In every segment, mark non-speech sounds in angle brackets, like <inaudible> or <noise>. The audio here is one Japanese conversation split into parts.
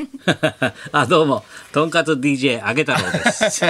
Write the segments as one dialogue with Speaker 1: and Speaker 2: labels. Speaker 1: <laughs> あどうもとんかつ DJ あげ太郎です。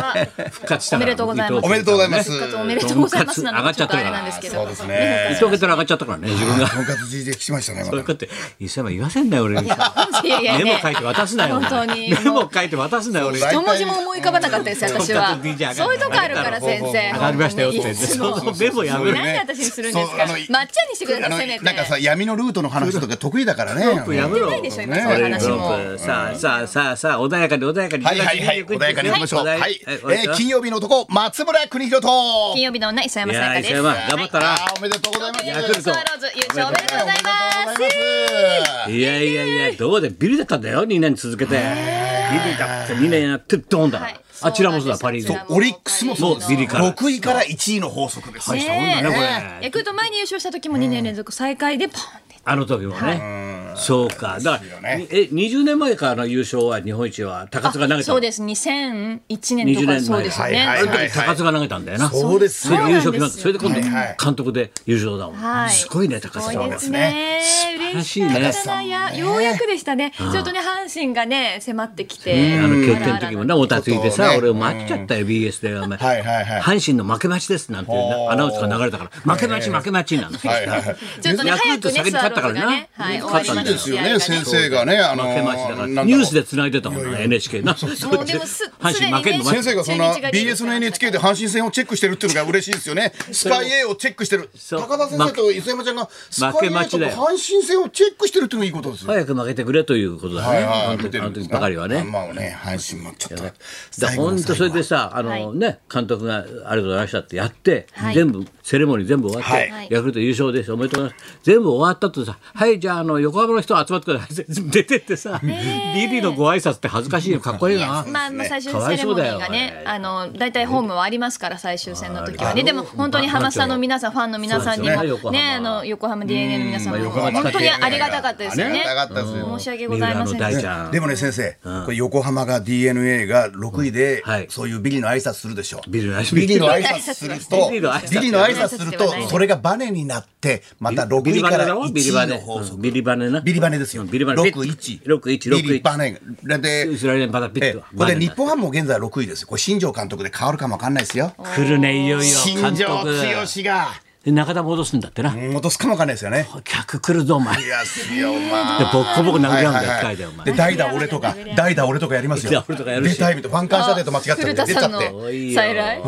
Speaker 1: 復活したから
Speaker 2: おめでとうございます
Speaker 1: 伊藤
Speaker 2: お
Speaker 1: 慶太郎
Speaker 2: め
Speaker 3: でとうご
Speaker 2: 復活おめでとうござ
Speaker 3: ざいます
Speaker 2: いますなの
Speaker 1: とんか
Speaker 2: か
Speaker 1: つ
Speaker 2: ちょっとあれ
Speaker 1: 上が
Speaker 2: な
Speaker 1: っ
Speaker 2: んで
Speaker 1: ちゃっ
Speaker 2: すけ
Speaker 1: た
Speaker 2: ど。
Speaker 3: そうですね
Speaker 1: 伊。藤慶太郎上がっちゃったからね自分が。
Speaker 3: とんかつ DJ 来ましたね、ま
Speaker 1: そういう
Speaker 3: た。
Speaker 1: こと一切言わせんなよ俺にさ。
Speaker 2: いやいやね
Speaker 1: メモ書いて渡すなよ。
Speaker 2: 本当に
Speaker 1: メモ書いて渡すなよ俺に。
Speaker 3: そう
Speaker 2: 一文字も思い浮かばなかったです私は
Speaker 1: とんかつ DJ 上が。る
Speaker 2: そういうとこあるから先生。
Speaker 1: 上がりましたよって言って。
Speaker 2: いつ
Speaker 1: そ
Speaker 2: も
Speaker 1: うそうメモやめ
Speaker 3: そう
Speaker 1: る
Speaker 3: ね。
Speaker 2: なんで私にするんです
Speaker 3: そう
Speaker 2: か。
Speaker 3: あの
Speaker 2: 抹茶にしてくだ
Speaker 3: あ
Speaker 2: さいせめ
Speaker 3: の
Speaker 2: て。
Speaker 3: なんかさ闇のルートの話とか得意だからね。
Speaker 1: ロープやめろ。
Speaker 2: いでしょ今そういう話も。
Speaker 1: ロープさあさあさあさあ穏やかに穏やかに。
Speaker 3: はいはいはい穏やかに行きましょう。はい。えー金曜日の男松村邦洋と。
Speaker 2: 金曜日の女磯山
Speaker 1: い
Speaker 2: さ
Speaker 1: や
Speaker 2: やか
Speaker 1: ー
Speaker 2: で
Speaker 1: 磯
Speaker 2: す。
Speaker 1: 山頑張ったな
Speaker 3: あ。ーおめでとうございます。
Speaker 1: ヤ
Speaker 2: ヤ
Speaker 1: ク
Speaker 2: ク
Speaker 1: ル
Speaker 2: ル
Speaker 1: ト
Speaker 2: トスワローズ優勝おめでとうございます。
Speaker 3: す。
Speaker 1: いやいやいや、どうでビルだったんだよ、2年続けて。ビルだって2年やって、ドンだ、
Speaker 2: はい
Speaker 1: あちらもそうだ、パ・リーグ。
Speaker 2: そう
Speaker 1: そ
Speaker 3: オリックスもそうです
Speaker 1: もうビリから
Speaker 3: 6位から1位の法則です。
Speaker 1: う
Speaker 2: ね
Speaker 1: だね、こ
Speaker 2: え
Speaker 1: れ
Speaker 2: ヤ。クルト前に優勝した時も2年連続最下位でポンって。
Speaker 1: あの時もね。そうか。だか
Speaker 3: ですよ
Speaker 1: ら、
Speaker 3: ね
Speaker 1: え、20年前からの優勝は、日本一は、高津が投げたの。
Speaker 2: そうです。
Speaker 1: 20
Speaker 2: 2001年と
Speaker 1: 年前
Speaker 2: かそうですよ
Speaker 3: はいはい
Speaker 2: ね。
Speaker 3: はい
Speaker 1: 高津が投げたんだよな。
Speaker 3: そうです
Speaker 1: それ
Speaker 3: よ
Speaker 1: で優勝決まった。そ
Speaker 2: そう
Speaker 1: れ
Speaker 2: な
Speaker 1: で今度
Speaker 3: はいはい、
Speaker 1: 監督で優勝だもん。
Speaker 2: はい
Speaker 1: すごいね、高津
Speaker 2: す
Speaker 1: さ
Speaker 2: ご
Speaker 1: ん
Speaker 2: い
Speaker 1: は
Speaker 2: で
Speaker 3: そ
Speaker 2: す
Speaker 3: う
Speaker 2: ね。
Speaker 1: で
Speaker 2: 嬉
Speaker 1: す
Speaker 2: し
Speaker 1: ね
Speaker 2: か
Speaker 1: 素晴ら
Speaker 2: っ
Speaker 1: しい
Speaker 2: たなや、ようやくでしたね。ちょっとね阪神がね迫ってき
Speaker 1: あ
Speaker 2: て。
Speaker 1: の決定の時もね、おたついて
Speaker 3: ちょっ
Speaker 1: さ、
Speaker 3: とね
Speaker 1: 俺待っちゃったよ、BS で。お前
Speaker 3: はいはいはい
Speaker 1: 阪神の負け待ちですなんて
Speaker 3: ほ
Speaker 1: な
Speaker 3: う
Speaker 1: アナウンスが流れたから、負け待ち、
Speaker 3: ええ
Speaker 1: 負け待ちなんですよ
Speaker 3: は
Speaker 1: <laughs>
Speaker 3: いはいはい。
Speaker 2: ちょっとね
Speaker 1: ヤクル
Speaker 2: 早
Speaker 1: ト
Speaker 2: く
Speaker 1: 先に
Speaker 2: ねスワ
Speaker 1: 勝
Speaker 2: ロ
Speaker 1: ったか
Speaker 2: ー
Speaker 1: ら
Speaker 2: ズ
Speaker 1: な
Speaker 2: がね、はい、終
Speaker 1: 勝っ
Speaker 2: わ
Speaker 1: た
Speaker 2: り
Speaker 1: んだ
Speaker 2: ま
Speaker 3: い
Speaker 1: よ
Speaker 2: し
Speaker 3: いで
Speaker 2: た試合
Speaker 3: すよね、
Speaker 2: が
Speaker 3: 先生がね、あの
Speaker 1: 負け待ちだから、
Speaker 3: なん
Speaker 1: ニ
Speaker 3: だ
Speaker 1: ュ
Speaker 3: ろう
Speaker 1: ースで繋いでたもんね、NHK な。そう
Speaker 2: もうでもす
Speaker 1: 阪神負けんの
Speaker 2: すで
Speaker 1: 待ち。
Speaker 3: 先生がそんな
Speaker 2: 中日が出てきて
Speaker 3: BS の NHK で阪神戦をチェックしてるっていうのが嬉しいですよね。スカイ A をチェックしてる。
Speaker 1: そう
Speaker 3: 高田先生と磯山ちゃんがスカ
Speaker 1: 負
Speaker 3: イ
Speaker 1: け
Speaker 3: A
Speaker 1: 待ち
Speaker 3: と
Speaker 1: だよ
Speaker 3: 阪神戦をチェックしてるっていうのがいいことですよ。
Speaker 1: 早く負けてくれということだね。あの時あの時ばかりはね。
Speaker 3: まあね、阪神もちょっと。
Speaker 1: だ
Speaker 3: 最後の
Speaker 1: 本当それで
Speaker 3: 最
Speaker 1: さあの、
Speaker 2: はい
Speaker 1: ね監督がありがとうございましたってやって、
Speaker 2: はい
Speaker 1: 全部セレモニー全部終わって、
Speaker 2: はい
Speaker 1: ヤクルト優勝ですおめでとうございます全部終わったとさはいじゃああの横浜の人集まってください <laughs> 出てってさ、ビリのご挨拶って恥ずかしいよかっこいいな。
Speaker 2: まあ、まあ最終
Speaker 1: かわい
Speaker 2: セレ
Speaker 1: そう
Speaker 2: モニ
Speaker 1: だよ
Speaker 2: ーがね
Speaker 1: あれ
Speaker 2: あの大体ホームはありますから最終戦の時は
Speaker 1: あ
Speaker 2: ね
Speaker 1: れ
Speaker 2: でも本当にハマスタの皆さんファンの皆さんに
Speaker 1: そ
Speaker 2: も
Speaker 1: うですよね
Speaker 2: ねあの横浜 d n a の皆さん
Speaker 1: うん
Speaker 2: も
Speaker 1: まあ横浜
Speaker 2: 本当にありがたかったですよね
Speaker 3: ありがたかったですよ
Speaker 2: 申し訳ございません
Speaker 1: 三浦の大ちゃん
Speaker 3: 後でもね先生、これ横浜が DNA が6位で、
Speaker 1: はい
Speaker 3: そういうビリの挨拶するでしょ
Speaker 1: ビリの挨拶
Speaker 3: ビリの挨拶する
Speaker 1: ビ
Speaker 3: とビ
Speaker 1: リの挨拶
Speaker 3: リの挨
Speaker 2: ビリの挨拶
Speaker 3: 拶する
Speaker 2: では
Speaker 3: と
Speaker 2: ない
Speaker 3: それがバネになってまた6
Speaker 1: ビリ
Speaker 3: 位
Speaker 1: バネ
Speaker 3: か
Speaker 1: だ
Speaker 3: ら
Speaker 1: ろ
Speaker 3: 1
Speaker 1: ビリバ
Speaker 3: 位
Speaker 1: ネ
Speaker 3: の法則
Speaker 1: うんビリバネな
Speaker 3: ビリバネですよ
Speaker 1: ビリバネ
Speaker 3: 61
Speaker 1: 61
Speaker 3: ビリバネで
Speaker 1: イスラエルにまたピッ
Speaker 3: え
Speaker 1: と
Speaker 3: えこれで日本ハムも現在6位ですよこれ新庄監督で変わるかもわかんないですよ
Speaker 1: 来るねいよいよ
Speaker 3: 新
Speaker 1: 監
Speaker 3: 庄
Speaker 1: 督
Speaker 3: 剛志が
Speaker 1: で中田戻すんだってな、
Speaker 3: うん戻すかもわかんないですよね
Speaker 1: 客来るぞお前で
Speaker 3: いやすよま
Speaker 1: ボッコボコ殴り合うんだよ、
Speaker 3: は
Speaker 1: 二
Speaker 3: いはい
Speaker 1: 人でお前
Speaker 3: で代打俺とか代打俺とかやりますよ
Speaker 1: 代打俺とかやるし
Speaker 3: 出たいみたいファン感謝デーと間違っちゃって
Speaker 2: 古
Speaker 3: 出
Speaker 2: 田
Speaker 3: ち
Speaker 2: さ
Speaker 3: ゃ
Speaker 2: ん
Speaker 3: っ
Speaker 2: の
Speaker 3: て
Speaker 2: 再来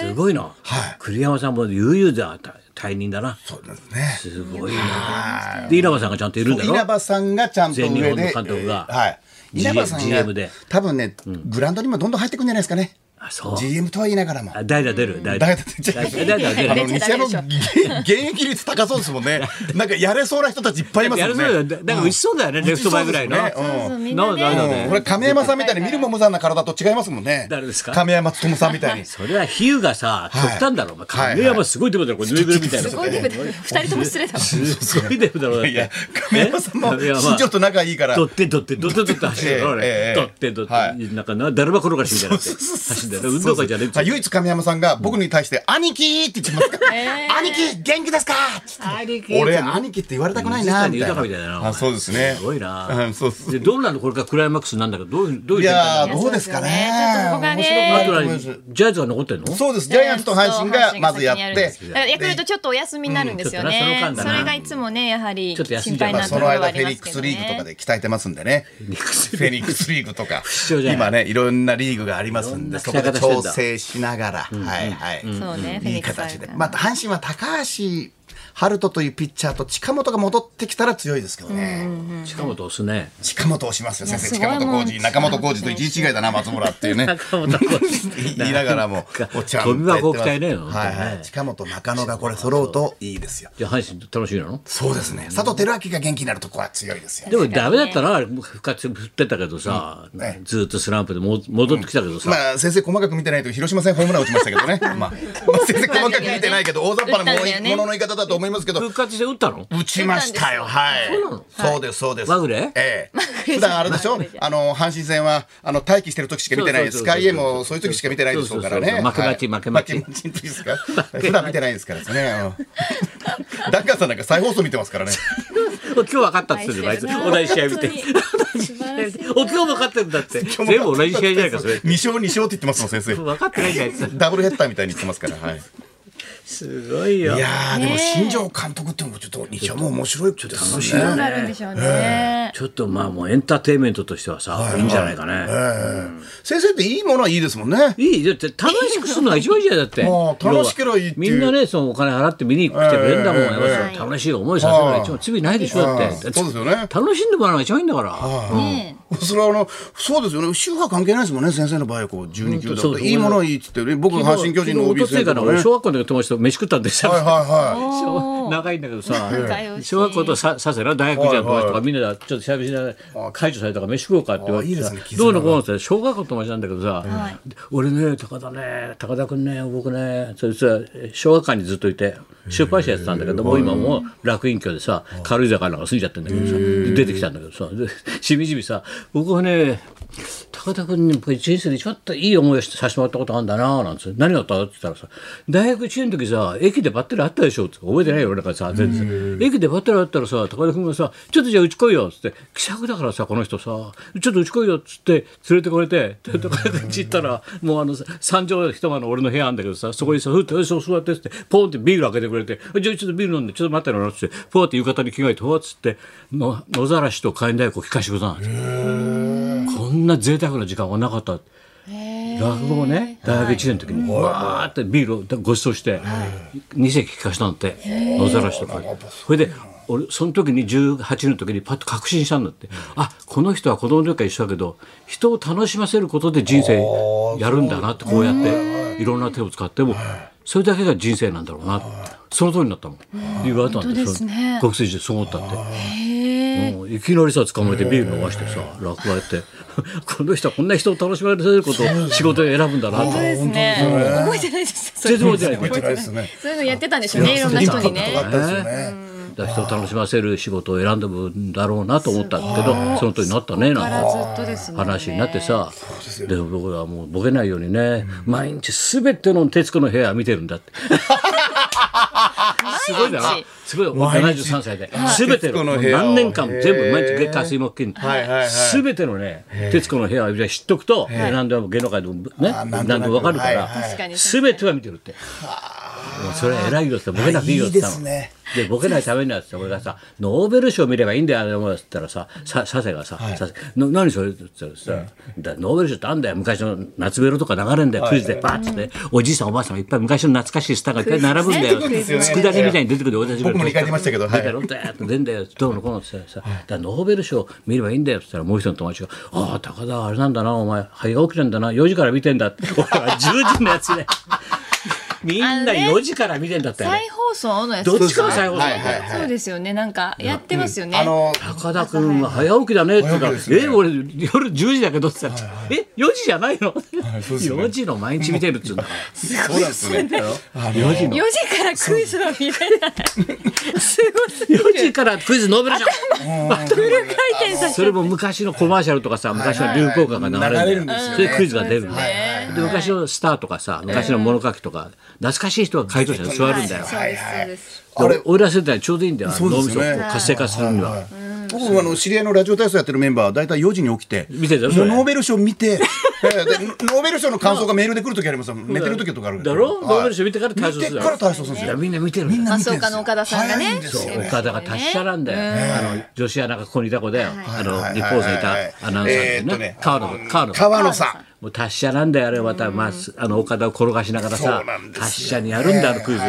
Speaker 1: すごいな、栗山さんも悠々だ退任だな
Speaker 3: そうですね
Speaker 1: すごいなで稲葉さんがちゃんといるんだろ
Speaker 3: 稲葉さんがちゃんと
Speaker 1: 全日
Speaker 3: 上
Speaker 1: 本の
Speaker 3: で
Speaker 1: 監督が
Speaker 3: えーはい
Speaker 1: G-
Speaker 3: 稲葉さん
Speaker 1: GM で
Speaker 3: が多分ねグラウンドにもどんどん入ってくんじゃないですかね
Speaker 1: あそう
Speaker 3: GM とは言いながらも
Speaker 1: あ代打出る代打
Speaker 3: 代打出ちゃう
Speaker 1: 代打
Speaker 3: <laughs>
Speaker 1: 出る
Speaker 3: あの
Speaker 2: 出
Speaker 3: 西
Speaker 2: ちゃダ
Speaker 3: 山
Speaker 2: メでしょ
Speaker 3: 現役率高そうですもんねなんかやれそうな人たちいっぱいいます
Speaker 1: や
Speaker 3: も
Speaker 1: るそ
Speaker 3: んね
Speaker 1: うだよなんか打ちそうだよねレフト前ぐらいの
Speaker 3: そうですねうん
Speaker 2: そうみん
Speaker 1: な
Speaker 2: な
Speaker 1: あなあなあ
Speaker 2: ね
Speaker 1: ね
Speaker 3: これ亀山さんみたいに見るも無残な体と違いますもんね。
Speaker 1: 誰ですか
Speaker 3: 亀山勉さんみたいに。
Speaker 1: それは比喩がさ極端だろお前亀山すごいデブだろこれぬいぐるみみたいな
Speaker 2: すごいデ
Speaker 1: <laughs>
Speaker 2: ブだ二人とも失礼だわ
Speaker 1: すごいデブだろだって
Speaker 3: いや、亀山さんも
Speaker 1: えいやまあ
Speaker 3: 新庄と仲いいから。
Speaker 1: ドッテドッテドッテドッテ走るだろあれ
Speaker 3: ええええ
Speaker 1: ドッテド
Speaker 3: は
Speaker 1: ッテ
Speaker 3: い
Speaker 1: なんかなだるま転がしみたいになって走るんだよ運動会じゃねえっつ
Speaker 3: さ
Speaker 1: っ
Speaker 3: あ
Speaker 1: て
Speaker 3: 唯一亀山さんが僕に対して「兄貴!」って言ってますから「兄貴元気ですか?」って言って俺兄貴って言われたくないな
Speaker 1: 水谷
Speaker 3: みたい
Speaker 1: 豊みたいだな
Speaker 3: なあそうですね
Speaker 1: すごいな
Speaker 3: うんそうそう
Speaker 1: でどうなるのこれからクライマックスなんだけどどういうどういう
Speaker 3: い
Speaker 1: 展開な
Speaker 3: や
Speaker 1: の
Speaker 3: ーどうですかね
Speaker 2: ちょっとここがね
Speaker 1: あ
Speaker 3: 面
Speaker 1: と
Speaker 3: 白くな
Speaker 1: は
Speaker 3: ると思います
Speaker 1: ジャイアンツが残ってんの
Speaker 3: そうですジャイアンツと阪神がまずやって
Speaker 2: だからヤクルトちょっとお休みになるんですよ
Speaker 1: うんちょ
Speaker 2: ね
Speaker 1: っとなその間。だな
Speaker 2: それがいつもねやはり
Speaker 1: ちょっと休ん
Speaker 2: 心
Speaker 1: じゃう
Speaker 2: 配
Speaker 3: まあ
Speaker 2: なと
Speaker 3: そ
Speaker 2: ころ
Speaker 3: の
Speaker 2: は
Speaker 3: 間
Speaker 2: あ
Speaker 3: フ
Speaker 2: り
Speaker 3: ェ
Speaker 2: ま
Speaker 3: リッ
Speaker 2: す
Speaker 3: ク
Speaker 2: け
Speaker 3: ス
Speaker 2: ど
Speaker 3: リーグとか
Speaker 2: ね。
Speaker 3: で鍛えてますんでねフェリックスリーグとか
Speaker 1: 張じゃない
Speaker 3: 今ねいろんなリーグがありますんで
Speaker 1: いろ
Speaker 3: そ
Speaker 1: んな
Speaker 3: こ
Speaker 1: 鍛え
Speaker 3: で
Speaker 1: 方してんだ
Speaker 3: 調整しながらはいはい
Speaker 2: そうねフェ
Speaker 3: い
Speaker 2: ニ
Speaker 3: い
Speaker 2: ックス
Speaker 3: 形で
Speaker 2: は
Speaker 3: また阪神は高橋春人というピッチャーと近本が戻ってきたら強いですけどね。
Speaker 1: 近本押すね
Speaker 3: 近本をしますよ先生
Speaker 2: いや
Speaker 3: 近
Speaker 2: すごい
Speaker 3: 本
Speaker 2: もう
Speaker 3: 浩二中本浩二と一違いだな松村っていうね <laughs> 言いながらもおちゃんと
Speaker 1: 飛び
Speaker 3: やって
Speaker 1: 箱置
Speaker 3: ます
Speaker 1: きたいね本当
Speaker 3: はい
Speaker 1: に
Speaker 3: はい
Speaker 1: ね
Speaker 3: 近本中野がこれ揃うといいですよ
Speaker 1: じゃあ阪神楽しみなの
Speaker 3: そうですね佐藤輝明が元気になるとこは強いですよ
Speaker 1: でもダメだったなあれ復活振ってたけどさ
Speaker 3: ね
Speaker 1: ずーっとスランプでも戻ってきたけどさ
Speaker 3: まあ先生細かく見てないと広島戦ホームラン打ちましたけどね
Speaker 1: <laughs>
Speaker 3: まあまあ先生細かく見てないけど大雑把なも
Speaker 2: 打ったんだよ
Speaker 3: の
Speaker 2: ね
Speaker 3: ものの言い方だと思いますけど
Speaker 1: 復活して打ったの
Speaker 3: 打ちましたよ、はい。そうです、そうです。
Speaker 1: まぐれ
Speaker 3: ええ。普段あれでしょあの、阪神戦は、あの、待機してる時しか見てないです。
Speaker 1: そう
Speaker 3: ス
Speaker 1: そうそうそう
Speaker 3: カイエもそういう時しか見てないでしょうから
Speaker 1: そうそう
Speaker 3: ね。
Speaker 1: そう負け待ち
Speaker 3: は
Speaker 1: 負
Speaker 3: い
Speaker 1: け待ち
Speaker 3: 負け待ちですか普段見てないですからですね。う
Speaker 1: <laughs>
Speaker 3: んダッカーさんなんか再放送見てますからね。
Speaker 1: 今日分かったっつってるあいつ同じ試合見て
Speaker 2: 素晴ら
Speaker 1: お今日も勝ってるんだって全部同じ試合じゃないかそれ
Speaker 3: 2勝2勝って言ってますもん先生
Speaker 1: 分かってないんだよあいつ
Speaker 3: ダブルヘッダーみたいに言ってますからはい <laughs>
Speaker 1: すごいよ
Speaker 3: いやーでも新庄監督ってのもちょっと日ハも面白いちょっと楽しい
Speaker 2: どうなるんでしょうね。
Speaker 1: ちょっとまあもうエンターテインメントとしてはさ、い、いんじゃないかね、
Speaker 3: 先生っていいものはいいですもんね
Speaker 1: いいだって楽しくするのが一番いいじゃんだって
Speaker 3: もう楽しけりゃいいっていう
Speaker 1: みんなねそのお金払って見に来てくれるんだもん、
Speaker 3: ええ
Speaker 1: 山下さん楽しい思いさせるのが一番罪ないでしょだって、
Speaker 3: はいそうですよね
Speaker 1: 楽しんでもらうのが一番いいんだから、
Speaker 2: ね
Speaker 3: それはあのそうですよね宗派関係ないですもんね先生の場合はこう12球団
Speaker 1: そう
Speaker 3: っ
Speaker 1: そう
Speaker 3: ていいものはいいっつってね僕の阪神・巨人の
Speaker 1: お
Speaker 3: OB
Speaker 1: とつ
Speaker 3: 先
Speaker 1: いから
Speaker 3: 生と
Speaker 1: 俺
Speaker 3: ね
Speaker 1: 小学校の時友達と飯食ったんでさ、
Speaker 3: はいは
Speaker 1: <laughs> 小長いんだけどさ
Speaker 2: 仲良し
Speaker 1: 小学校とささせな大学時代の友達と
Speaker 3: はいは
Speaker 1: かみんなでちょっと調べしながら解除されたから飯食おうかって言われ
Speaker 3: あいい
Speaker 1: て
Speaker 3: です
Speaker 1: さ
Speaker 3: ね
Speaker 1: ど
Speaker 3: 絆が
Speaker 1: うのこうのって小学校の友達なんだけどさ
Speaker 2: い
Speaker 1: 俺ね高田ね高田君ね僕ねそいつは小学館にずっといて出版社やってたんだけどもう今もう楽隠居でさ軽井坂なんか住んじゃってんだけどさで出てきたんだけどさでしみじみさ僕はね高田君に僕人生で一番いい思いをしてさせてもらったことあるんだなぁなんつって何があったって言ったらさ大学1年の時さ駅でバッテリーあったでしょって覚えてないよ俺なんかさ全然駅でバッテリーあったらさ高田君がさ「ちょっとじゃあうち来いよ」っつって気さくだからさこの人さ「ちょっとうち来いよ」っつって連れてこれてで高田君ち行ったらもうあのさ三畳一間の俺の部屋あんだけどさそこにさふっとそう座ってっつってポンってビール開けてくれて「じゃあちょっとビール飲んでちょっと待ってろ」っつってポーって浴衣に着替えてほーっつっての野ざらしと火炎太鼓を聞かしてくださいこんな贅沢な時間はなかった。落語をね大学1年の時にわーってビールをご馳走して2席聞かしたんだって野ざらしとかそれで俺その時に18の時にパッと確信したんだってあこの人は子供の時から一緒だけど人を楽しませることで人生やるんだなってこうやっていろんな手を使ってもそれだけが人生なんだろうなってその通りになったもん言われたん
Speaker 2: 本当
Speaker 1: で
Speaker 2: ですす
Speaker 1: よ
Speaker 2: ね
Speaker 1: 学生時代そう思ったって。
Speaker 2: へえ。
Speaker 1: うんいきなりさ捕まえてビール飲ましてさ落語やって <laughs> この人はこんな人を楽しませることを仕事で選ぶんだな
Speaker 2: そう
Speaker 1: と
Speaker 2: ですね。覚えてないです。
Speaker 1: 全然覚えてない
Speaker 3: いはいですね
Speaker 2: そういうのやってたんでしょうね。いろんな人にね。
Speaker 3: あったですよね
Speaker 1: だから人を楽しませる仕事を選んでるんだろうなと思ったけどその通りになったねな
Speaker 2: だか
Speaker 1: ん
Speaker 2: ら
Speaker 1: か
Speaker 2: ずっとですね。
Speaker 1: 話になって。さで僕はもうボケないようにね毎日すべての『徹子の部屋』見てるんだってすごいだろ
Speaker 2: 毎日
Speaker 1: すごい
Speaker 3: 毎日
Speaker 1: 73歳ですべて
Speaker 3: 徹子の
Speaker 1: の
Speaker 3: 部屋を
Speaker 1: 何年間
Speaker 3: へー
Speaker 1: 全部毎日月火水木金
Speaker 3: はいはいはい
Speaker 1: すべてのね『徹子の部屋』を知っとくと何でも芸能界でもね
Speaker 3: あーなんとな
Speaker 1: 何
Speaker 3: く
Speaker 1: でもわかるか
Speaker 3: はいはい
Speaker 1: ら
Speaker 2: 確かに。
Speaker 1: すべては見てるって。もうそれは偉いよってボケなくていいよって言ったの。
Speaker 3: いいですね
Speaker 1: でボケないためにはって俺がさノーベル賞見ればいいんだよあれもって言ったらささ佐世がさ「させな何それ?」って言ったらさ、だノーベル賞ってあんだよ昔の夏ベロとか流れんだよクイズでバーッつって、おじいさんおばあさんがいっぱい昔の懐かしいスターがいっぱい並ぶんだよ
Speaker 2: クイズね
Speaker 1: 佃煮みたいに出てくるよ俺たち
Speaker 3: 僕も理解できましたけどは
Speaker 1: 出
Speaker 3: い
Speaker 1: たろってやって出んだよどうのこうのって言ったらさ、だからノーベル賞見ればいいんだよって言ったらもう一人の友達が「ああ高田あれなんだなお前早起きなんだな4時から見てんだ」って俺は10時のやつ
Speaker 3: <laughs>
Speaker 1: ねみんな4時から見てんだったよね
Speaker 2: 再放送のやつ。
Speaker 1: どっちかが再放送
Speaker 3: はいはいはい
Speaker 2: そうですよね。なんかやってますよね。
Speaker 3: あの
Speaker 1: 高田君は早起きだねって言うから、
Speaker 3: 早起きですね
Speaker 1: え、俺夜10時だけどって言ったら、え、4時じゃないの、
Speaker 3: そうですよね
Speaker 1: ?4 時の毎日見てるって言うん
Speaker 3: <laughs>
Speaker 1: だから。
Speaker 3: そうですね
Speaker 1: 4時の。
Speaker 2: 4時からクイズを見れない。
Speaker 1: <laughs>
Speaker 2: すごすぎる。
Speaker 1: 4時からクイズノーベル賞
Speaker 2: フル回転させ
Speaker 1: それも昔のコマーシャルとかさ、昔の流行歌が流れるんだよ
Speaker 3: 流れるんですよね
Speaker 1: それでクイズが出るんだよ
Speaker 2: はいはいはい
Speaker 1: で昔のスターとかさ、昔の物書きとか、懐かしい人が回答者で座るんだよ。
Speaker 2: そうですそうです。
Speaker 3: あ
Speaker 1: 俺
Speaker 3: れ
Speaker 1: 俺ら世代はちょうどいいんだよ、
Speaker 3: そう
Speaker 1: 脳
Speaker 3: で
Speaker 1: み
Speaker 3: す
Speaker 1: そ
Speaker 3: よ
Speaker 1: を
Speaker 3: ね
Speaker 1: 活性化するには。
Speaker 3: 僕もあの知り合いのラジオ体操やってるメンバー大体4時に起きて
Speaker 1: 見てたよそ
Speaker 3: もう
Speaker 1: れ
Speaker 3: ノーベル賞見て <laughs> ええでノノーベル賞の感想がメールで来る時ありますもん寝てる時とかあるんです
Speaker 1: だ
Speaker 3: よ
Speaker 1: ろ
Speaker 3: はい
Speaker 1: ノーベル賞見てから体操する
Speaker 3: 見てから体操するんです
Speaker 1: い
Speaker 3: よ
Speaker 1: やみんな見てるんだよ
Speaker 2: あそうかの岡田さんがね
Speaker 3: 早いんですよ
Speaker 2: そう
Speaker 1: 岡田が達者なんだよ、あの女子アナがここにいた子だよ、あの
Speaker 3: はい
Speaker 1: 日本放送にいたアナウンサー
Speaker 3: えーっ
Speaker 1: でね
Speaker 3: とね
Speaker 1: 川野川野
Speaker 3: 川野さ
Speaker 1: もう達者なんだよあれまた、まあ、あの岡田を転がしながらさ
Speaker 3: そうなんですよ
Speaker 1: 達者にやるんだあのクイズ、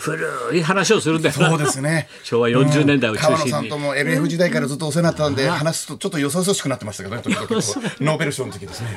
Speaker 1: 古い話をするんだよ
Speaker 3: ん
Speaker 1: な
Speaker 3: そうですね
Speaker 1: 昭和40年代を中
Speaker 3: 川野
Speaker 1: 心
Speaker 3: さん
Speaker 1: に、
Speaker 3: とも LF 時代からずっとお世話になってたんで話すとちょっとよそよそしくなってましたけどね時々こう
Speaker 1: <laughs>
Speaker 3: ノーベル賞の時ですね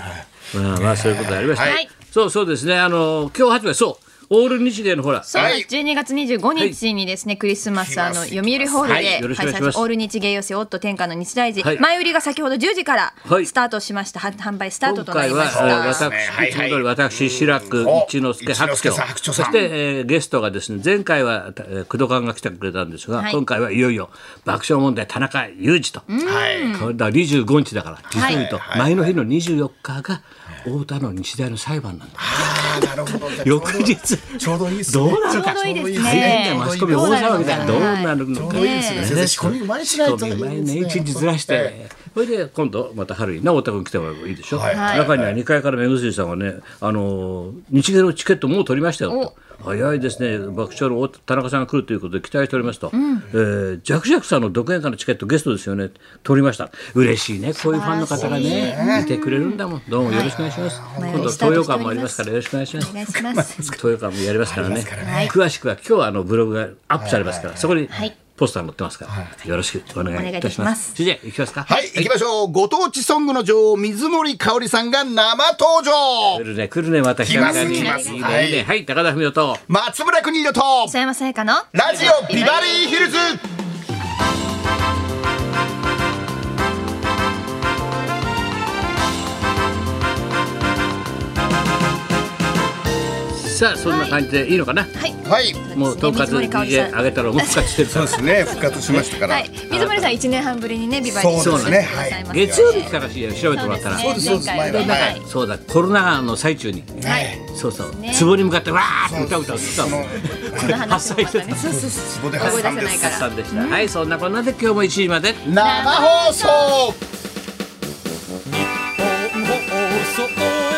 Speaker 3: はい
Speaker 1: <laughs> まあまあそういうことがありました、
Speaker 2: はい
Speaker 1: そうそうですねあの今日発売そうオール日芸のほら
Speaker 2: そう
Speaker 3: はい
Speaker 2: です。12月25日にですね、クリスマスあの
Speaker 3: 来ます
Speaker 2: 読売ホール
Speaker 1: はい
Speaker 2: で
Speaker 1: よろしくお願いし
Speaker 2: 開催
Speaker 1: ます
Speaker 2: オール日芸寄せオット天下の日大寺、
Speaker 1: はい
Speaker 2: 前売りが先ほど10時から
Speaker 1: はい
Speaker 2: スタートしました、は販売スター
Speaker 1: 今
Speaker 2: トとな
Speaker 1: 回
Speaker 2: り
Speaker 1: は、
Speaker 2: ま
Speaker 1: え
Speaker 2: し
Speaker 1: ー
Speaker 2: た。
Speaker 1: 私、
Speaker 3: はいい
Speaker 1: つも通り私、白く
Speaker 3: お
Speaker 1: 一之輔
Speaker 3: 一之輔さん
Speaker 1: 白
Speaker 3: 白
Speaker 1: 鳥。
Speaker 3: 鳥
Speaker 1: そ
Speaker 3: さん
Speaker 1: して、えーゲストがですね、前回は、えー、工藤官が来てくれたんですが、
Speaker 2: はい
Speaker 1: 今回はいよいよ、爆笑問題田中裕二と。
Speaker 3: はい
Speaker 1: これだ25日だから、実
Speaker 2: はい
Speaker 1: に言うと、前の日の24日が、太田の日大の裁判なんだ。
Speaker 3: あーなるほどじゃあ
Speaker 1: 翌日
Speaker 3: ちょうどいいっすね
Speaker 1: どう
Speaker 2: なるかちょうどいいですね
Speaker 1: 大変だよあそこで大騒ぎだよ
Speaker 2: ど
Speaker 1: ど
Speaker 2: う
Speaker 1: う
Speaker 2: な
Speaker 1: なる
Speaker 3: ちょ
Speaker 1: の
Speaker 3: う
Speaker 1: か
Speaker 3: どいいですね
Speaker 2: ね
Speaker 3: 先生仕込みうまにしないといいです
Speaker 1: 前
Speaker 3: ね
Speaker 1: ね一日ずらしてそれで今度また春にな太田君来てもらえばいいでしょ、
Speaker 3: はい
Speaker 1: 中には2階から目薬さんがねあのー日芸のチケットもう取りましたよと早いですね爆笑の太田中さんが来るということで期待しておりますと、えージャクジャクさんの独演会のチケットゲストですよね取りました嬉しいねこういうファンの方がねいてくれるんだもんどうもよろしくお願いします、
Speaker 2: はい
Speaker 1: 今度東洋館もありますからよろしくお願いします
Speaker 2: お願いします。
Speaker 1: 東洋館もやりますからね
Speaker 3: から
Speaker 1: 詳しくは今日はあのブログがアップされますから、そこに
Speaker 2: はい
Speaker 1: ポスター載ってますから、よろしくお願いいたし
Speaker 2: お願いいたしま
Speaker 1: ますす。それじゃあ行きますか。
Speaker 3: はい、行きましょう。ご当地ソングの女王、水森かおりさんが生登場
Speaker 1: 来。るね来るねまた
Speaker 3: 来ます
Speaker 1: 久々に
Speaker 2: 来ます
Speaker 1: いい
Speaker 3: は
Speaker 1: ね
Speaker 3: い
Speaker 1: いいねはい高田文夫と
Speaker 3: 松村邦洋と、
Speaker 2: 磯山さやかの
Speaker 3: ラジオビバリーヒルズ。
Speaker 1: さあそんな感じでいいのかな。
Speaker 2: はい。
Speaker 3: はい。
Speaker 1: もう統
Speaker 2: 水
Speaker 1: 括
Speaker 2: 森かおりさん
Speaker 1: DJ 上げたらもう復活してるか
Speaker 3: そう
Speaker 1: ら
Speaker 3: で。すね、復活しましたか
Speaker 2: は
Speaker 3: ら
Speaker 2: い。。水森さん一年半ぶりにねビバリーに
Speaker 3: そう
Speaker 1: です
Speaker 3: ね
Speaker 2: ございます
Speaker 3: はい
Speaker 1: 月曜日来たらしいよ調べてもらったら。
Speaker 2: そうですね
Speaker 3: そうです
Speaker 2: 前
Speaker 3: そうです
Speaker 2: 回
Speaker 3: はい
Speaker 1: そうだコロナ禍の最中に。
Speaker 3: はい。
Speaker 1: そうそう
Speaker 2: ね
Speaker 1: 壺に向かってわーって歌を歌う
Speaker 3: その、
Speaker 2: この話もまたね。そうそう
Speaker 3: そ
Speaker 2: そう。
Speaker 3: こで
Speaker 2: 声出
Speaker 3: 発
Speaker 2: せ
Speaker 3: 散で
Speaker 2: ない
Speaker 3: す
Speaker 2: か。
Speaker 1: さ
Speaker 2: ら。
Speaker 1: んでした。はいそんなこんなで今日も1時まで。
Speaker 3: 生放送。
Speaker 4: 放送